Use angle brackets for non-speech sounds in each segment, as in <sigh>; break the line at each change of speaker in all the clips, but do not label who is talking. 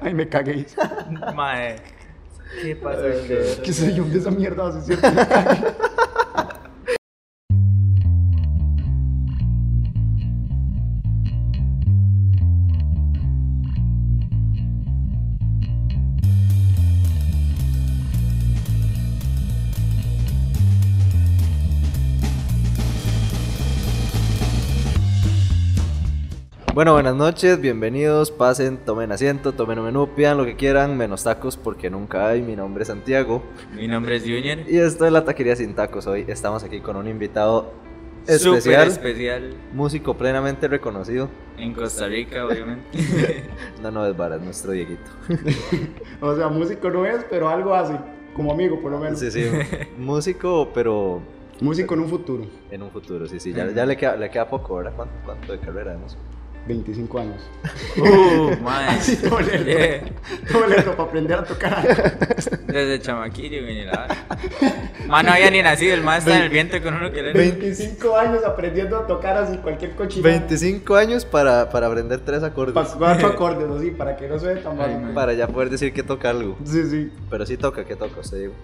Ay, me cagué.
Mae. ¿Qué pasa?
¿Qué soy yo de esa mierda? ¿Sí es cierto?
Bueno, buenas noches, bienvenidos, pasen, tomen asiento, tomen un menú, pidan lo que quieran, menos tacos porque nunca hay. Mi nombre es Santiago
Mi nombre es Junior.
y esto es la taquería sin tacos. Hoy estamos aquí con un invitado
Súper
especial,
especial.
músico plenamente reconocido.
En Costa Rica, obviamente.
No, no es vara, es nuestro Dieguito.
O sea, músico no es, pero algo hace. Como amigo, por lo menos.
Sí, sí, músico, pero
Músico en un futuro.
en un futuro, sí, sí. Ya, ya le, queda, le queda poco, ¿verdad? ¿Cuánto, cuánto de carrera de música?
25 años.
Uh, mae.
Así todo lento.
Yeah.
Todo lento para aprender a tocar.
<laughs> Desde chamaquillo, güey, la vara. Mae, no había ni nacido, el mae está en el viento con uno que le
25 años aprendiendo a tocar así cualquier cochinada.
25 años para, para aprender tres acordes,
Para cuatro acordes, así, para que no suene tan
Ay,
mal.
man.
para ya poder decir que toca algo.
Sí, sí.
Pero sí toca, que toca, usted digo.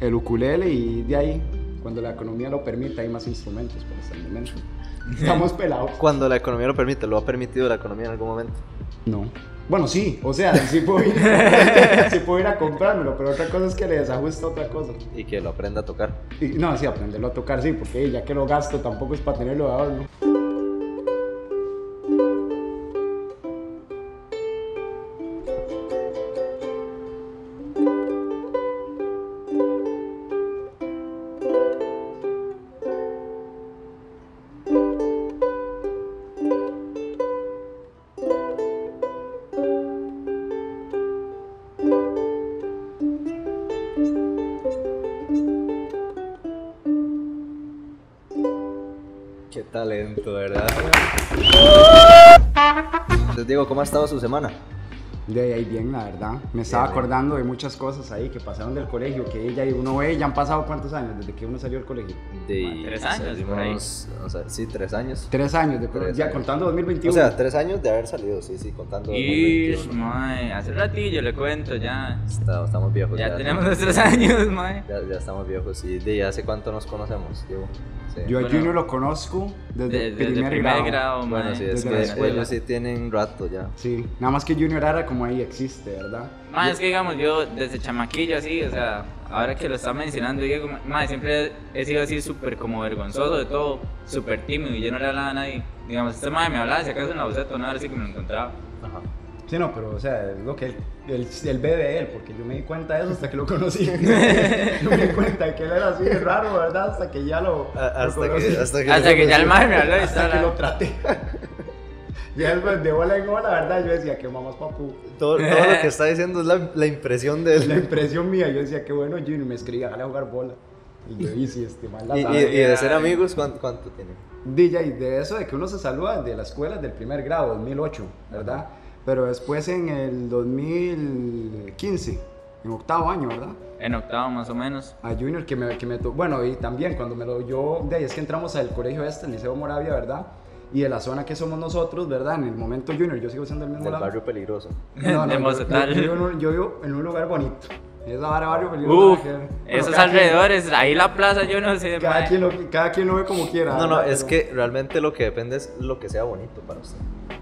El ukulele y de ahí, cuando la economía lo permita, hay más instrumentos, pero hasta el momento. Estamos pelados.
Cuando la economía lo permite, lo ha permitido la economía en algún momento.
No. Bueno, sí, o sea, sí puedo ir, sí puedo ir a comprármelo, pero otra cosa es que le desajusta otra cosa.
y que lo aprenda a tocar.
Y, no, sí, aprenderlo a tocar, sí, porque ya que lo gasto tampoco es para tenerlo de adorno.
Qué talento, ¿verdad? Entonces, Diego, ¿cómo ha estado su semana?
De ahí bien, la verdad. Me estaba
Bien, bien.
acordando de muchas cosas ahí que pasaron del colegio, que ya uno ve, ya han pasado cuántos años desde que uno salió del colegio.
De
Tres años, por ahí.
salimos- o sea, sí, tres años.
Tres años, de, pro-
Tres
ya
años.
contando 2021.
O sea, tres años de haber salido, sí, sí, contando.
Y,
2021.
mae, hace ratillo le cuento, ya.
Está- estamos viejos.
Ya tenemos nuestros años, mae.
Ya, ya estamos viejos. ¿Y de hace cuánto nos conocemos, Diego? Sí.
Yo a
bueno.
Junior lo conozco desde,
Desde,
el
desde
primer, grado.
bueno,
mae.
sí, es
desde
que
la escuela.
ellos sí tienen rato ya.
Sí, nada más que Junior era como ahí existe, ¿verdad?
Más es que digamos, yo desde chamaquillo así, o sea, ahora que lo está mencionando, Diego, más siempre he sido así súper como vergonzoso de todo, súper tímido y yo no le hablaba a nadie. Digamos, este madre me hablaba, si acaso en la buseta, una hora sí que me lo encontraba.
Ajá.
Sí, no, pero o sea, es lo que él, él, él ve de él, porque yo me di cuenta de eso hasta que lo
<laughs>
conocí. yo me di cuenta de que él era así de raro, ¿verdad? Hasta que ya lo. lo
Hasta
conocí.
que, hasta que,
Hasta que ya <laughs> el madre me habló y
Hasta que lo
estaba. <laughs>
traté. ya después de bola en bola, ¿verdad? Yo decía que mamás papu.
todo, todo lo que está diciendo es la, la impresión de él.
La impresión mía, yo decía que bueno, Junior me escribía, dale a jugar bola. Y yo, y si este mal la
Y, y-
sabe.
y de ser amigos, ¿cuánto, cuánto tienen?
DJ, de eso de que uno se saluda de la escuela del primer grado, 2008, ¿verdad? Pero después en el 2015, en octavo año, ¿verdad?
En octavo más o menos.
A Junior que me, que me to- Bueno, y también cuando me lo. Yo. De ahí es que entramos al colegio este, el Liceo Moravia, ¿verdad? Y de la zona que somos nosotros, ¿verdad? En el momento Junior, yo sigo siendo el mismo
Del
lado.
barrio peligroso.
No, no,
<laughs> De
yo- yo,
Mozotal.
yo, vivo en un- yo vivo en un lugar bonito. Es la barra barrio peligroso.
Uf,
que- bueno,
esos
cada quien-
alrededores, ahí la plaza, yo no sé,
Cada
mae.
quien, lo, cada quien lo ve como quiera.
No, no,
¿verdad?
es
Pero-
que realmente lo que depende es lo que sea bonito para usted.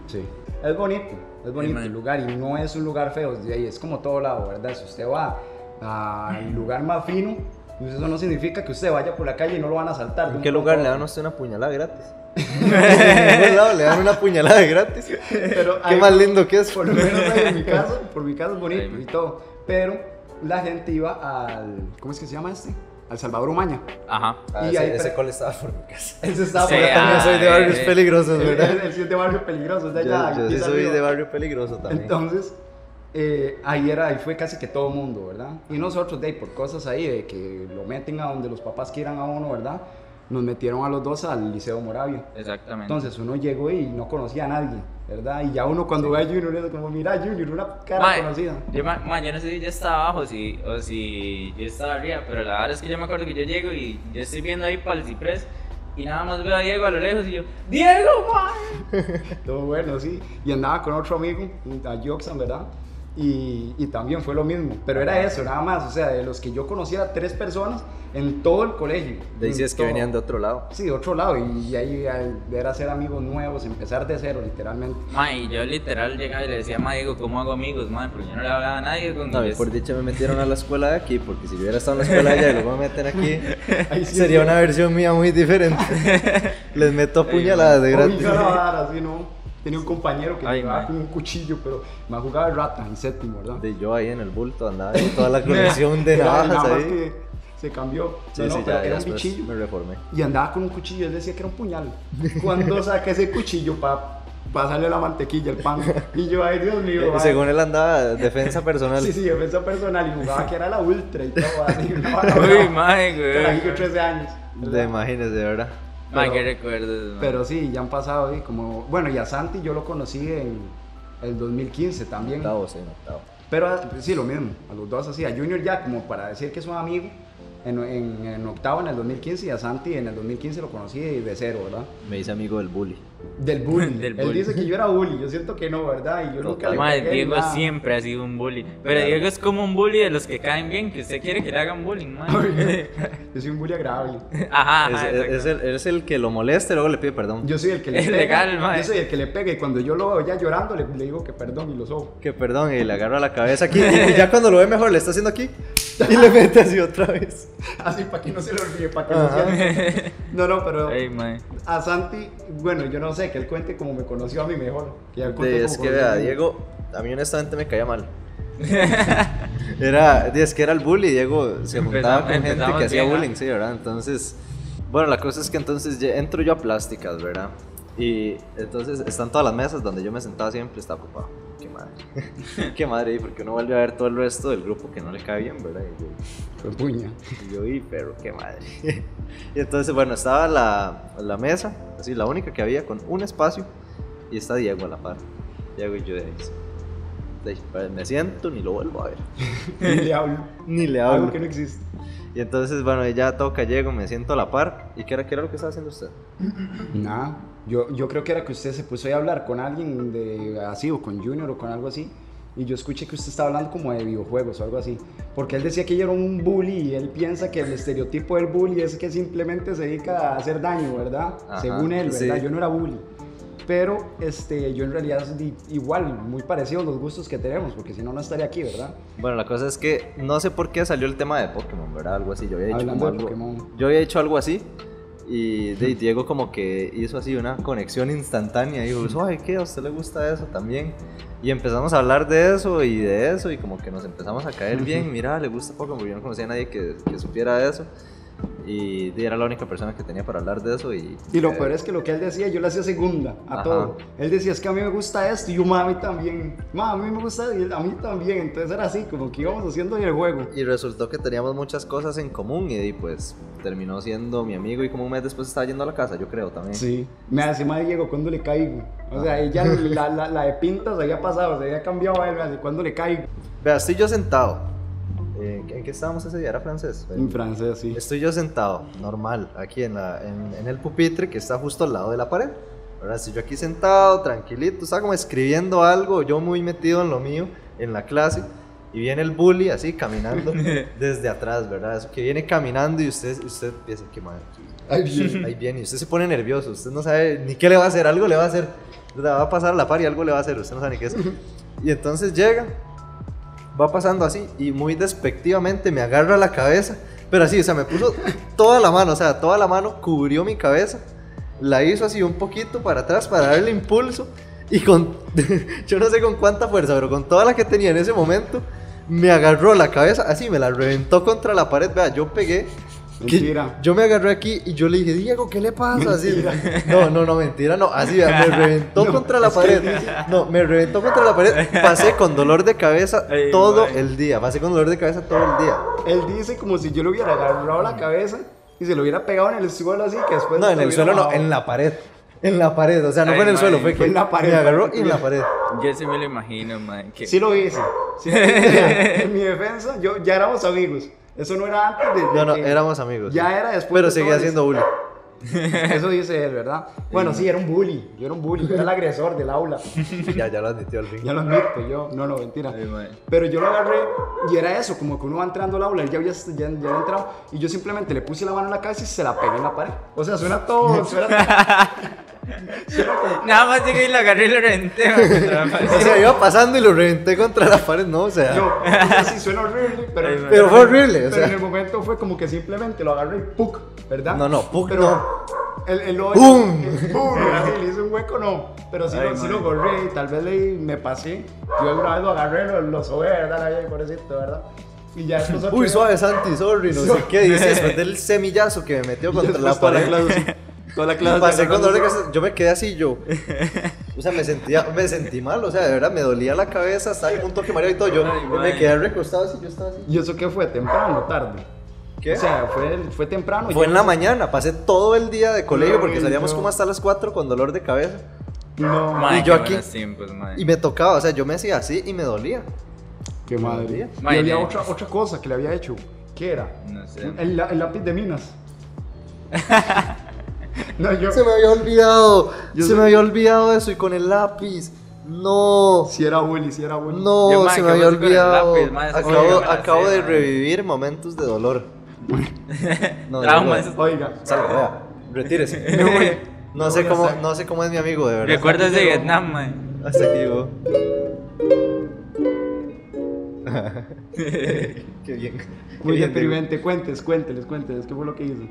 Sí. Es bonito, es bonito
mae.
el lugar y no es un lugar feo, de ahí es como todo lado, ¿verdad? Si usted va al lugar más fino, pues eso no significa que usted vaya por la calle y no lo van a saltar.
¿En qué lugar le dan a usted una puñalada gratis? En ningún lado le dan una puñalada de gratis.
<laughs> Pero
Qué
hay-
más lindo que es.
<laughs> Por lo menos ahí en mi caso, por mi caso es bonito
Ay, mae.
y todo, pero la gente iba al, ¿cómo es que se llama este? Al Salvador Umaña.
Ajá.
Ah,
Y
ese,
ahí-
ese col estaba por mi casa.
Ese estaba por
Sí,
acá.
También soy de barrios
eh,
peligrosos,
El,
¿verdad?
el, el de barrio peligroso, o sea, ya
Yo, yo sí
empieza
soy
arriba.
de barrio peligroso también.
Entonces, eh, ahí, era, ahí fue casi que todo el mundo, ¿verdad? Y nosotros, de ahí, por cosas ahí, de que lo meten a donde los papás quieran a uno, ¿verdad? Nos metieron a los dos al Liceo Moravia.
Exactamente.
Entonces uno llegó y no conocía a nadie, ¿verdad? Y ya uno cuando ve a Junior es como, mira Junior, una cara
Mae,
conocida. <laughs>
Yo, ma- ma, yo no sé si yo estaba abajo si, o si yo estaba arriba, pero la verdad es que yo me acuerdo que yo llego y yo estoy viendo ahí para el ciprés y nada más veo a Diego a lo lejos y yo, ¡Diego, mae!
Todo bueno, sí. Y andaba con otro amigo, a Joxan, ¿verdad? Y, y también fue lo mismo, pero era eso, nada más. O sea, de los que yo conocía, tres personas en todo el colegio.
De ahí sí
en
es que
todo.
venían de otro lado.
Sí, de otro lado, y, y ahí al- era hacer amigos nuevos, empezar de cero, literalmente.
Ma, y yo literal llegaba y le decía, ma, Diego, ¿cómo hago amigos, ma? Porque yo no le hablaba a nadie. Con
No, y
les-
por dicha me metieron a la escuela de aquí, porque si hubiera estado en la escuela de allá y luego me meten aquí,
<laughs> Ahí sí
sería
es-
una versión mía
<laughs>
muy diferente. Les meto puñaladas de
Uy,
gratis.
yo la vara, así, ¿no? Tenía un compañero que
Ay,
jugaba
mae.
con un cuchillo, pero me jugaba de rata en séptimo, ¿verdad? <laughs>
De yo ahí en el bulto andaba ahí toda la colección de
Era nada
navajas
más
ahí.
que se cambió.
Sí,
no, no,
sí,
pero
ya, ya
era un
después
bichillo.
me reformé.
Y andaba con un cuchillo, él decía que era un puñal. Cuando saqué ese cuchillo para pasarle la mantequilla, el pan, y yo, ay, Dios mío.
Eh,
mae.
Según él andaba,
<laughs>
defensa personal.
Sí, sí, defensa personal, y jugaba que era la ultra y todo, así.
<laughs> Uy, ma, güey.
Tenía 13 años. ¿verdad?
De imagínese, de verdad.
Ma, qué
Pero-
recuerdos, ma.
Pero sí, ya han pasado ahí como... Bueno, y a Santi yo lo conocí en el 2015 también.
Octavo, sí, en octavo.
Pero a- sí, lo mismo, a los dos así. A Junior ya como para decir que es un amigo, en, en- en octavo en el 2015 y a Santi en el 2015 lo conocí de, de cero, ¿verdad?
Me hice amigo del bully.
Del bullying.
<laughs> Del
Él
bully.
dice que yo era bully, yo siento que no, ¿verdad? Y yo nunca le
Ma,
pegué ni
Diego
nada.
siempre ha sido un bully. Pero Diego es como un bully de los que caen bien, que usted quiere que le hagan bullying, ma.
Yo soy un bully agradable.
Ajá,
es,
ajá,
es-
exacto.
es el, es el que lo moleste, luego le pide perdón.
Yo soy el
<laughs>
que le
Es
pega.
legal, mae.
Yo soy el que le pega y cuando yo lo veo ya llorando le, le digo que perdón y lo sobo.
Que perdón, y le agarra la cabeza aquí. Y ya cuando lo ve mejor, le está haciendo aquí. Y le mete así otra vez.
<laughs> Así para que no se lo olvide, para que
Ajá.
no sea... No, no, pero...
Ah. <laughs> Ey, ma.
A Santi, bueno, yo no sé, que él cuente como me conoció a mí mejor. Que ya él contó
De-
cómo
es que
conoció
vea,
mí.
Diego, a mí honestamente me caía mal. Era, es que era el bully, Diego se juntaba
Empezamos-
con gente
empezamos
que hacía
bien, ¿ah?
bullying, sí, ¿verdad? Entonces, bueno, la cosa es que entonces ya- entro yo a plásticas, ¿verdad? Y entonces están todas las mesas donde yo me sentaba siempre, está ocupado. Qué madre. <laughs> Qué madre, y porque uno vuelve a ver todo el resto del grupo que no le cae bien, ¿verdad? Y yo,
Fue Pues, puña. <laughs>
y yo, y pero qué madre. <laughs> y entonces, bueno, estaba la, la mesa, así, la única que había, con un espacio, y está Diego a la par. Diego y yo de ahí, sí. De ahí, pa- me siento, ni lo vuelvo a ver.
Y le hablo.
<laughs> Ni le
Algo
hablo.
que no existe.
Y entonces, bueno, ya toca, llego, me siento a la par. ¿Y qué era, qué era lo que estaba haciendo usted?
Nada. Yo, yo creo que era que usted se puso ahí a hablar con alguien de así, o con Junior, o con algo así. Y yo escuché que usted estaba hablando como de videojuegos o algo así. Porque él decía que yo era un bully y él piensa que el estereotipo del bully es que simplemente se dedica a hacer daño, ¿verdad?
Ajá,
Según él, ¿verdad?
sí.
Yo no era bully. Pero este, yo en realidad es di- igual, muy parecido a los gustos que tenemos, porque si no, no estaría aquí, ¿verdad?
Bueno, la cosa es que no sé por qué salió el tema de Pokémon, ¿verdad? Algo así. Yo había hecho,
Hablando
como
de
algo,
Pokémon.
yo había hecho algo así. Y de- Diego como que hizo así una conexión instantánea. Y dijo, "Pues, ay, ¿qué? ¿A usted le gusta eso también? Y empezamos a hablar de eso y de eso. Y como que nos empezamos a caer bien. Mira, le gusta Pokémon. porque Yo no conocía a nadie que, que supiera de eso. Y de- era la única persona que tenía para hablar de eso. Y,
Y lo
eh,
peor es que lo que él decía, yo le hacía segunda a
Ajá.
todo. Él decía, es que a mí me gusta esto, y yo, "Ma, a mí también. Ma, a mí me gusta, y él, a mí también. Entonces era así, como que íbamos haciendo ahí el juego.
Y resultó que teníamos muchas cosas en común. Y, de ahí, pues terminó siendo mi amigo. Y como un mes después estaba yendo a la casa, yo creo también.
Sí. Me hace, madre Diego, ¿cuándo le caigo? O
Ah.
sea, ella,
<laughs>
la, la, la de pintas había pasado, se había cambiado a él, me hace, ¿cuándo le caigo?
Vea, estoy yo sentado. Eh, ¿En qué estábamos ese día? ¿Era francés?
En francés, sí.
Estoy yo sentado, normal, aquí en, la, en, en el pupitre que está justo al lado de la pared. Ahora estoy yo aquí sentado, tranquilito, estaba como escribiendo algo, yo muy metido en lo mío, en la clase. Y viene el bully así caminando desde atrás, ¿verdad? Eso que viene caminando y usted, usted piensa, qué madre.
Ay, bien.
Ahí viene y usted se pone nervioso, usted no sabe ni qué le va a hacer, algo le va a hacer, la va a pasar a la par y algo le va a hacer, usted no sabe ni qué es. Y entonces llega, va pasando así y muy despectivamente me agarra la cabeza, pero así, o sea, me puso toda la mano, o sea, toda la mano cubrió mi cabeza, la hizo así un poquito para atrás para darle impulso y con, <laughs> yo no sé con cuánta fuerza, pero con toda la que tenía en ese momento, me agarró la cabeza así, me la reventó contra la pared, vea, yo pegué. que
Mentira.
yo me agarré aquí y yo le dije, Diego, ¿qué le pasa? Así, no, no, no, mentira, no. Así, vea,
<laughs>
me reventó contra la pared. No, me reventó contra la pared. Pasé con dolor de
<laughs>
cabeza
Ay,
todo
mae.
el día. Pasé con dolor de cabeza todo el día.
<laughs> Él dice como si yo le hubiera agarrado la cabeza y se lo hubiera pegado en el suelo así, que después...
No,
se
en
lo
el
hubiera
suelo no,
Pues bajado.
en la pared. En la pared, o sea, no
Ay,
fue en el
mae,
suelo, fue que
fue en la pared.
me agarró y en la pared.
Yo sí me lo imagino, man. Que...
Sí lo hice. Sí lo
<laughs>
hice. en mi defensa, yo, ya éramos amigos. Eso no era antes de... de
No, no,
que-
éramos amigos.
Ya era después
Pero
de
seguía
todo <laughs>
haciendo bullying.
Eso dice él, ¿verdad? Bueno, sí, era un bully. Yo era un bully. Yo era el agresor del aula.
Ya, ya lo admitió al fin.
Ya lo admito, yo. No, no, mentira.
Ay, mae.
Pero yo lo agarré y era eso, como que uno va entrando al aula, él ya había, ya, ya había entrado y yo simplemente le puse la mano en la cabeza y se la pegué en la pared. O sea, suena todo, suena
Nada más llegué y lo agarré y lo renté. mae.
<laughs> O sea, iba pasando y lo reventé contra la pared, no, o sea.
yo,
<laughs>
o sea, sí, suena horrible, pero,
Pero fue horrible, o
pero en
sea.
el momento fue como que simplemente lo agarré y ¡puc! ¿Verdad?
No, no, ¡puc!
Pero
no.
El, el hoyo,
¡Bum!
el
<laughs>
¡Bum! Así le hice un hueco, no. Pero sí,
Ay,
lo, sí
madre.
lo agarré y tal vez le- me pasé. Yo alguna vez lo agarré, lo, lo sobé, ¿verdad? Ahí, pobrecito, ¿verdad? Y ya después otro
Uy,
día- <laughs>
suave, Santi, sorry, no sé qué dices. Después del semillazo que me metió contra la pared.
Toda
<laughs>
la
Y pasé con dolor de cabeza, Yo me quedé
<laughs>
así, yo. O sea, me sentía, me sentí mal, o sea, de verdad, me dolía la cabeza hasta el punto que Mario y todo. Yo,
Ay,
yo
mae.
me quedé recostado así, yo estaba así.
¿Y eso qué fue? ¿Temprano o tarde?
¿Qué?
O sea, fue, fue temprano.
Fue
yo-
en la mañana, pasé todo el día de colegio porque
Ay,
salíamos
no.
como hasta las 4 con dolor de cabeza.
No,
Mae,
Y yo
qué
aquí-
buenos tiempos, mae.
Y me tocaba, o sea, yo me hacía así y me dolía.
qué madre. Y
Madre.
había otra, otra cosa que le había hecho. ¿Qué era?
No sé.
Eh,
El, la- el lápiz de minas. no, yo.
Se me había olvidado,
Yo
se
sé.
me había olvidado eso y con el lápiz. No,
Si era bully, si era bully.
no,
Yo, mae,
se
¿qué
me había
pasó con el
olvidado.
lápiz, mae? Esa
acabo
cosa yo me la
acabo
sé,
de
mae.
revivir momentos de dolor. No, de
Traumas.
verdad.
Oiga.
Salga, vea, Ah, retírese.
me voy.
No sé, cómo,
Hasta-
no sé cómo es mi amigo, de verdad.
Recuerdos de Vietnam, mae. <laughs>
Hasta aquí llegó. Qué bien. Qué
Muy
bien, Diego.
deprimente. Cuéntes, cuénteles, cuénteles. ¿Qué fue lo que hizo?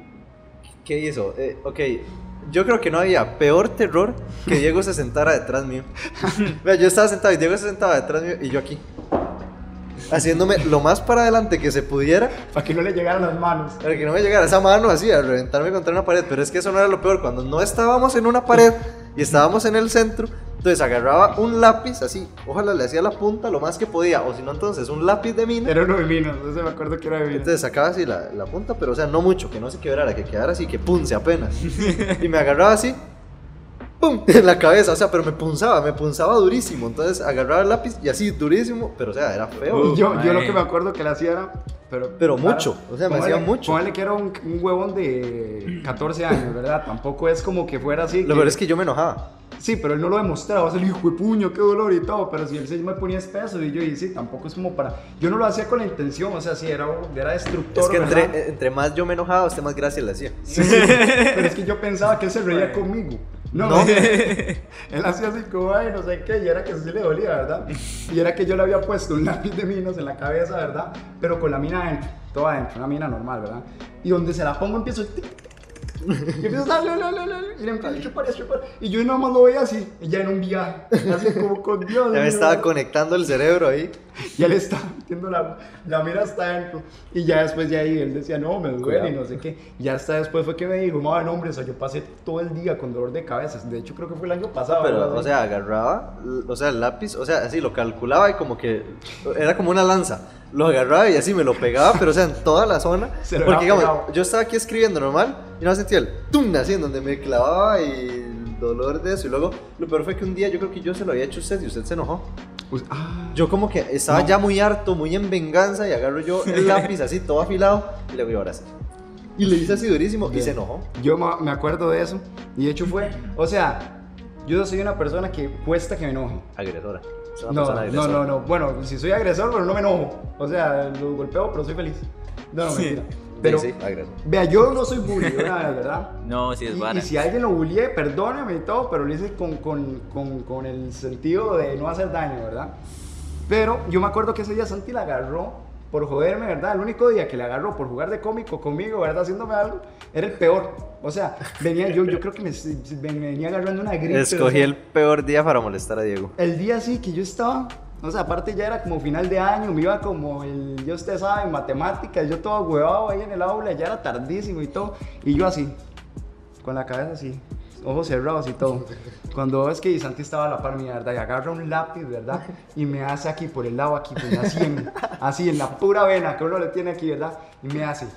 ¿Qué hizo? Eh, ok, yo creo que no había peor terror que Diego se sentara detrás <laughs> mío. Vea, yo estaba sentado y Diego se sentaba detrás mío y yo aquí. Haciéndome lo más para adelante que se pudiera
Para que no le llegaran las manos.
para que no me llegara esa mano así a reventarme contra una pared. Pero es que eso no era lo peor. Cuando no estábamos en una pared y estábamos en el centro, entonces agarraba un lápiz así. Ojalá le hacía la punta lo más que podía. O si no, entonces un lápiz de mina.
Era uno de minas. No se me acuerdo que era de minas.
Entonces sacaba así la, la punta, pero o sea, no mucho, que no se quebrara, que quedara así, que punce apenas. Y me agarraba así, ¡pum! <laughs> en la cabeza, o sea, pero me punzaba, me punzaba durísimo. Entonces agarraba el lápiz y así durísimo, pero o sea, era feo.
Uh,
yo, yo lo
mae.
que me acuerdo que le hacía era. Pero,
Pero mucho, o sea, me hacía
Póngale-
mucho.
Póngale que era un, un huevón de 14 años, ¿verdad? Tampoco es como que fuera así.
Lo
que-
peor es que yo me enojaba.
Sí, pero él no lo demostraba. O sea, el hijo de puño, qué dolor y todo. Pero si él se me ponía espeso y yo, y sí, tampoco es como para. Yo no lo hacía con la intención, o sea, sí, era, era destructor.
Es que
¿verdad?
<laughs> entre, entre más yo me enojaba, usted más gracia le hacía.
Sí, sí, pero es que yo pensaba que él se reía conmigo. No,
No.
él hacía así como, ay, no sé qué, y era que sí le dolía, ¿verdad? Y era que yo le había puesto un lápiz de minas en la cabeza, ¿verdad? Pero con la mina adentro, toda adentro, una mina normal, ¿verdad? Y donde se la pongo empiezo, tic, tic, tic, y empiezo, "Ah, la, la, la, la", y le empiezo a chupar y a chupar, y yo nada más lo veía así, y ya en un viaje, así como con Dios.
Ya me
mío".
estaba conectando el cerebro ahí.
Y él estaba metiendo la, la mira hasta adentro. Y ya después de ahí él decía, no, me duele y no sé qué. Ya hasta después fue que me dijo, madre, no, hombre, o sea, yo pasé todo el día con dolor de cabeza. De hecho, creo que fue el año pasado.
Pero,
¿verdad?
o sea, agarraba, o sea, el lápiz, o sea, así lo calculaba y como que era como una lanza. Lo agarraba y así me lo pegaba, pero, o sea, en toda la zona.
<laughs> Se lo
porque,
había
digamos,
pegado.
yo estaba aquí escribiendo normal y no sentía el tum, así en donde me clavaba y el dolor de eso. Y luego, lo peor fue que un día yo creo que yo se lo había hecho a usted y usted se enojó.
Pues, ah,
Yo como que estaba ya muy harto, muy en venganza y agarro yo
<laughs>
el lápiz así, todo afilado y le voy ahora sí. Y le hice así durísimo y
Bien.
se enojó.
yo ma- me acuerdo de eso. Y de hecho fue, o sea, yo soy una persona que cuesta que me enoje.
Agresora. Es una
No,
persona
no,
agresora.
no, no. Bueno, si soy agresor, pero no me enojo. O sea, lo golpeo, pero soy feliz. No, no, mentira. Pero,
Sí, sí, agresora.
vea, yo no soy bully, una vez, ¿verdad?
No, si
Y-
es
y,
vara.
si alguien lo bullié, perdóname y todo, pero lo hice con, con- con- con el sentido de no hacer daño, ¿verdad? Pero yo me acuerdo que ese día Santi la agarró por joderme, ¿verdad? El único día que la agarró por jugar de cómico conmigo, ¿verdad? Haciéndome algo, era el peor. O sea, venía, yo, yo creo que me, me venía agarrando una gripe. o sea,
Escogí el peor día para molestar a Diego.
el día así que yo estaba, o sea, aparte ya era como final de año, me iba como el, ya ustedes saben, matemáticas, yo todo huevado ahí en el aula, ya era tardísimo y todo, y yo así, con la cabeza así, ojos cerrados y todo. Cuando es que Santi estaba a la par mía, ¿verdad? Y agarra un lápiz, ¿verdad? Y me hace aquí por el lado, aquí, por la sien, así, en la pura vena que uno le tiene aquí, ¿verdad? Y me hace,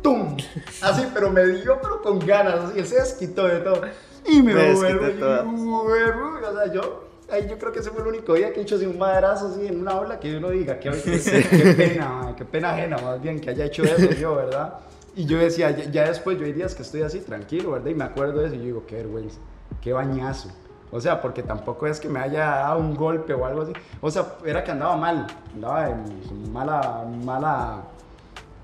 ¡tum! Así, pero me dio, pero con ganas, así, él se desquitó de todo. Y me,
Me
me
desquité toda.
Uber, o sea, yo, ay, yo creo que ese fue el único día que he hecho así un madrazo así en una aula que uno diga, qué, qué, qué pena, man, qué pena ajena, más bien que haya hecho eso yo, ¿verdad? Y yo decía, ya, ya después yo hay días que estoy así tranquilo, ¿verdad? Y me acuerdo de eso y yo digo, qué vergüenza, qué bañazo. O sea, porque tampoco es que me haya dado un golpe o algo así. O sea, era que andaba mal, andaba en- con mala, mala,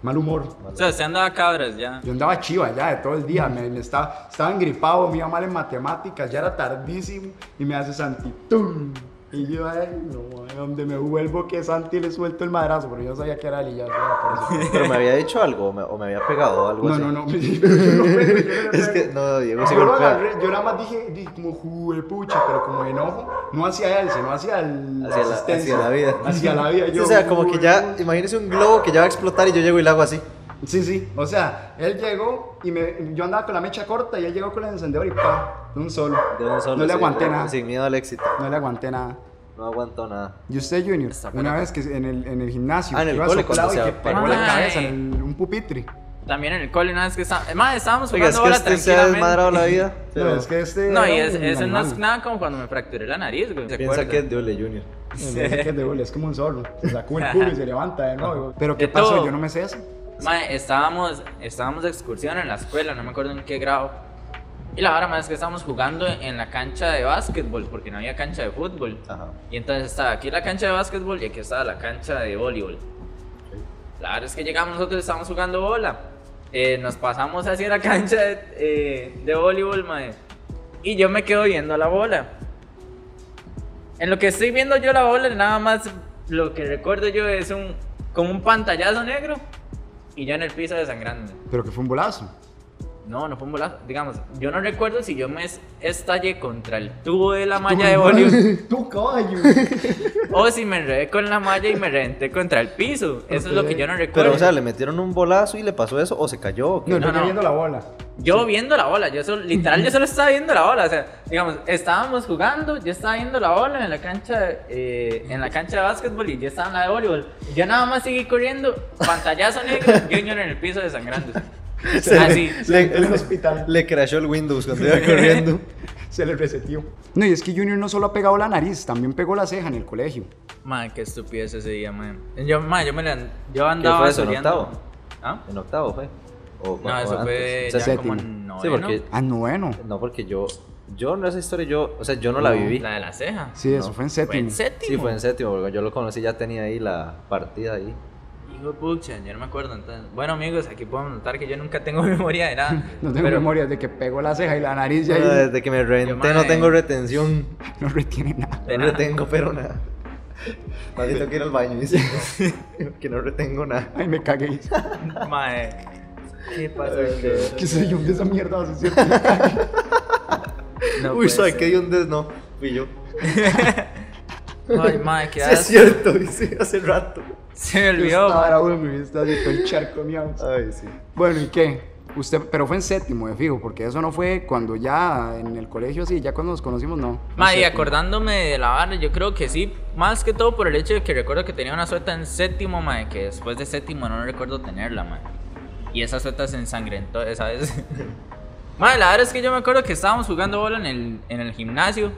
mal humor.
O sea, usted andaba cabras ya.
Yo andaba chiva ya de todo el día, me, me estaba, estaba engripado, me iba mal en matemáticas, ya era tardísimo y me hace Santi, ¡tum! Y yo, ay, no, ay, donde me vuelvo que Santi le suelto el madrazo, pero yo sabía que era Lilla.
<laughs> Pero me había dicho algo o me, o me había pegado o algo
No,
así. <laughs>
no, no, <laughs> yo no puedo, yo no
Es
puedo.
que no, Diego se
yo, lo
golpea.
agarré, yo nada más dije, dije como juepucha, pero como enojo, no hacia él, sino hacia el
Hacia la,
asistencia,
hacia la vida.
Hacia la
<laughs>
vida. Yo,
o sea, como que ya,
"Juepucha".
imagínese un globo que ya va a explotar y yo llego y le hago así.
Sí, sí. O sea, él llegó y me, yo andaba con la mecha corta y él llegó con el encendedor y pa, de un solo.
De un solo,
no le
sí,
aguanté
de-
nada.
Sin miedo al éxito.
No le aguanté nada.
No aguanto nada.
¿Y usted, Junior?
Está
Una
fuera.
vez que en el, en el gimnasio,
Ah, en el
iba
cole,
soplado
cuando
y
se
que pegó
apagó.
la cabeza
Ay.
en el- un pupitre.
También en el cole una vez que estábamos... Más, estábamos
Oiga, es
jugando
que
bola
usted se ha desmadrado la
tranquilamente.
vida.
<laughs> No,
pero
es que este.
No, y
era
es,
un
eso no
animal.
es nada como cuando me fracturé la nariz, güey. ¿se
Piensa
acuerda?
que es Diole Junior.
No, no sé qué es de bola, es como un zorro. Se sacó
<laughs>
el culo y se levanta de nuevo. Pero ¿qué
De
pasó?
todo.
Yo no me sé eso.
Mae, estábamos, estábamos de excursión en la escuela, no me acuerdo en qué grado. Y la verdad, más es que estábamos jugando en la cancha de básquetbol, porque no había cancha de fútbol.
Ajá.
Y entonces estaba aquí la cancha de básquetbol y aquí estaba la cancha de voleibol. La verdad es que llegamos nosotros, estábamos jugando bola. Eh, nos pasamos hacia la cancha de, eh, de voleibol, mae. Y yo me quedo viendo la bola. En lo que estoy viendo yo la bola, nada más lo que recuerdo yo es un como un pantallazo negro y yo en el piso desangrándome.
Pero que fue un bolazo.
No, no fue un bolazo. Digamos, yo no recuerdo si yo me es- estallé contra el tubo de la malla
Tu
de voleibol
madre, <laughs> Tu caballo.
o si me enredé con la malla y me reventé contra el piso. Eso es lo que yo no recuerdo.
Pero, o sea, le metieron un bolazo y le pasó eso, o se cayó, o qué?
No, yo
<laughs> No, no.
viendo la bola.
yo viendo la bola, yo solo, literal, yo solo estaba viendo la bola. O sea, digamos, estábamos jugando, yo estaba viendo la bola en la cancha, eh, en la cancha de básquetbol y yo estaba en la de voleibol. Yo nada más seguí corriendo, pantallazo negro, Junior en el piso desangrando.
<laughs> Se-
Así.
le,
en el hospital.
Le crashó el Windows cuando iba <laughs> corriendo.
<laughs> Se le resetió. No, y es que Junior no solo ha pegado la nariz, también pegó la ceja en el colegio.
Man, qué estupidez ese día, man. Yo, man, yo me la, yo
¿Qué
andaba
fue eso, en
soleando.
octavo?
¿Ah?
En octavo fue. O- o
No, eso
antes.
fue
O sea,
ya
séptimo.
como
Sí,
noveno.
Sí, porque
Ah, noveno.
No, porque yo, yo no esa historia, yo, o sea, yo no la viví.
La de la ceja.
Sí, eso
No,
fue en
Fue
séptimo.
en séptimo.
Sí, fue en séptimo, porque yo lo conocí, ya tenía ahí la partida ahí.
Hijo de pucha, yo no me acuerdo entonces. Bueno amigos, aquí podemos notar que yo nunca tengo <laughs> memoria de nada.
<laughs> No tengo
pero
memoria de que pegó la ceja y la nariz y
Ah,
ahí
Desde que me reventé no
madre.
tengo retención,
no retiene nada.
De
no
nada.
retengo pero nada. Más tengo que ir al baño, dice. <laughs> que no retengo nada.
Ay, me cagué.
Mae. ¿Qué pasó?
¿Qué sé yo de esa mierda? ¿sí es cierto?
No
Uy,
puede
soy
ser.
que di un des, no, fui yo.
Ay, mae,
<laughs> Sí,
qué
es
asco.
cierto, dice, hace rato.
Se me
Yo
olvidó.
estaba bravo en Ah, mi vista, así, todo el charco miau.
Ay, sí.
Bueno, ¿y qué? Usted, pero fue en séptimo, de fijo, porque eso no fue cuando ya en el colegio, sí, ya cuando nos conocimos, no. Fue en
Mae, y
séptimo.
acordándome de la barra, yo creo que sí. Más que todo por el hecho de que recuerdo que tenía una sueta en séptimo, mae, que después de séptimo no recuerdo tenerla, mae. Y esa sueta se ensangrentó esa vez. <laughs> mae, la verdad es que yo me acuerdo que estábamos jugando bola en el, en el gimnasio.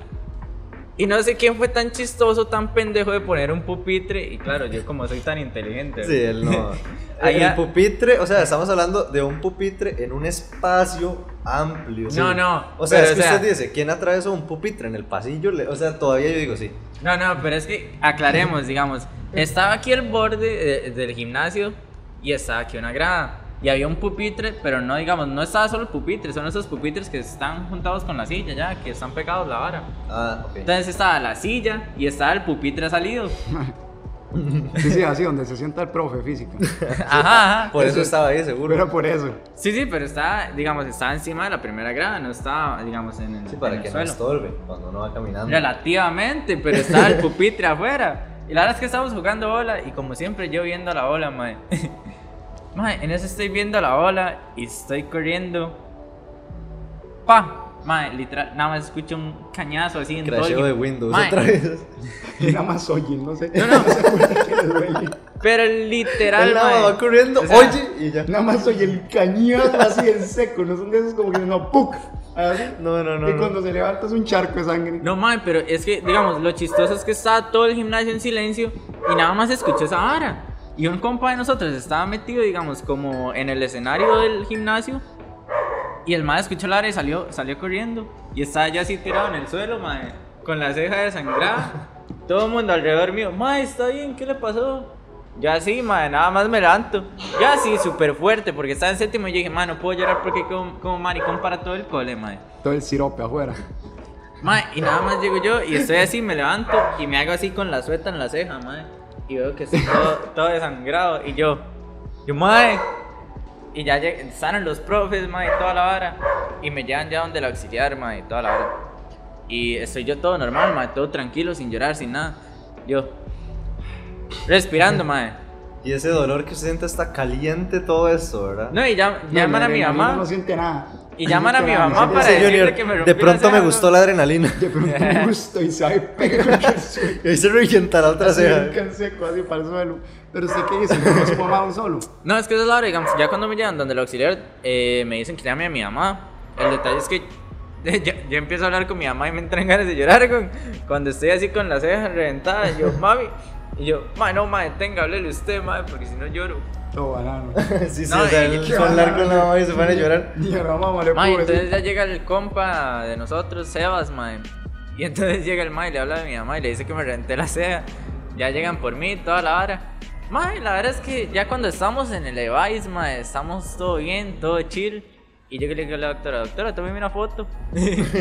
Y no sé quién fue tan chistoso, tan pendejo de poner un pupitre. Y claro, yo como soy tan inteligente.
Sí, él <laughs> no.
Allá-
El pupitre, o sea, estamos hablando de un pupitre en un espacio amplio.
No, no,
O sea,
pero,
es que
o sea-
usted dice, ¿quién atravesó un pupitre en el pasillo? Le- O sea, todavía yo digo sí.
No, no, pero es que aclaremos, digamos, estaba aquí el borde de- del gimnasio y estaba aquí una grada. Y había un pupitre, pero no, digamos, no estaba solo el pupitre, son esos pupitres que están juntados con la silla ya, que están pegados la vara.
Ah, ok.
Entonces estaba la silla y estaba el pupitre salido.
<laughs>
Sí, sí, así, donde se sienta el profe física.
Ajá, ajá.
Por eso estaba ahí, seguro.
Pero por eso.
Sí, sí, pero estaba, digamos, estaba encima de la primera grada, no estaba, digamos, en el,
Sí, para
en el
que no
suelo.
estorbe cuando uno va caminando.
Relativamente, pero estaba
<laughs>
el pupitre afuera. Y la verdad es que estábamos jugando bola y como siempre yo viendo la bola, mae. <laughs> Mae, en eso estoy viendo la bola y estoy corriendo. Pa, mae, literal, nada más escucho un cañazo así en todo el
Crasheo de
gim-
Windows
Mae,
otra
<laughs>
vez.
Y nada más oye, no sé. No, no. <laughs> se acuerda que le duele.
Pero
Él
literal,
nada más
mae.
va corriendo,
O sea,
oye, y ya.
Nada más oye el cañón así en seco. No son de esos como que no, ¡puc! Así.
No, no, no.
y
no.
cuando se levanta es un charco de sangre.
No mae, pero es que, digamos, lo chistoso es que estaba todo el gimnasio en silencio y nada más escuché esa vara. Y un compa de nosotros estaba metido, digamos, como en el escenario del gimnasio. Y el madre escuchó la hora y salió, salió corriendo. Y estaba yo así tirado en el suelo, madre, con la ceja desangrada. Todo el mundo alrededor mío, madre, está bien, ¿qué le pasó? Yo así, madre, nada más me levanto. Yo así, súper fuerte, porque estaba en séptimo. Y yo dije, madre, no puedo llorar porque como, como maricón para todo el cole, madre.
Todo el sirope afuera.
Mae, y nada más llego yo y estoy así, me levanto y me hago así con la sueta en la ceja, mae. Y veo que estoy todo, todo desangrado. Y yo, yo, mae. Y ya lleg- están los profes, mae, y toda la vara. Y me llevan ya donde el auxiliar, mae, y toda la vara. Y estoy yo todo normal, mae, todo tranquilo, sin llorar, sin nada. Yo, respirando, mae.
Y ese dolor que se siente está caliente todo esto, ¿verdad?
No, y ya,
No,
llaman
la
a mi
adrenalina
mamá.
No siente nada.
Y llaman a mi
Literal,
mamá
no
para
siente-
Ese
decirle
Junior,
que me rompí
de
la
pronto me
ceja,
gustó la adrenalina. <laughs>
De pronto
<laughs>
me gusto y sabe <laughs> pegar que soy.
Y se revienta la otra
Así
ceja.
bien seco, así para el suelo. Pero usted qué dice, ¿no es pomado solo?
No, es que esa es la hora, digamos, ya cuando me llevan donde el auxiliar eh, me dicen que llame a mi mamá. El detalle es que <laughs> yo, yo empiezo a hablar con mi mamá y me entran ganas de llorar con- cuando estoy así con las cejas reventadas. Yo, mami, y yo, ma, no, ma, tenga, háblele usted, ma, porque si no lloro.
Todo
<laughs>
banano.
<laughs> Sí, sí,
No,
o sea,
y-
el hablar con la mamá y se van a llorar.
Y ahora mamá le
Ma, y
puedo
entonces
decir.
ya llega el compa de nosotros, Sebas, ma. Y entonces <laughs> llega el ma y le habla a mi mamá y le dice que me reventé la ceja. Ya llegan por mí, toda la vara. Ma, y la verdad es que ya cuando estamos en el device, ma, estamos todo bien, todo chill. Y yo que le digo a la doctora, doctora, tómeme
<laughs>
una foto.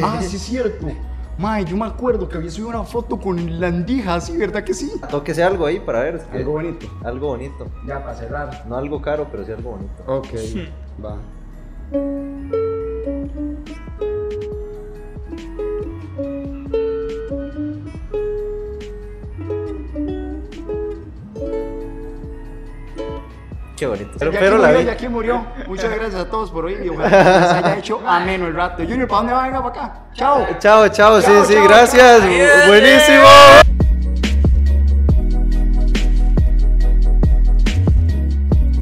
Ah, sí es cierto. Mae, yo me acuerdo que había subido una foto con landija, así, ¿verdad que sí?
Tóquese algo ahí para ver. que-
Algo bonito.
algo bonito.
Ya, para cerrar.
No algo caro, pero sí algo bonito.
Ok, va.
Qué bonito.
Pero,
Pero, pero la
murió,
vi.
ya aquí murió. Muchas gracias a todos por hoy y
<laughs>
ojalá que les haya hecho ameno el rato. Junior, ¿para dónde va? Venga para acá. Chao.
Chao, chao, sí,
Chao,
sí,
chao,
gracias.
chao.
Buenísimo.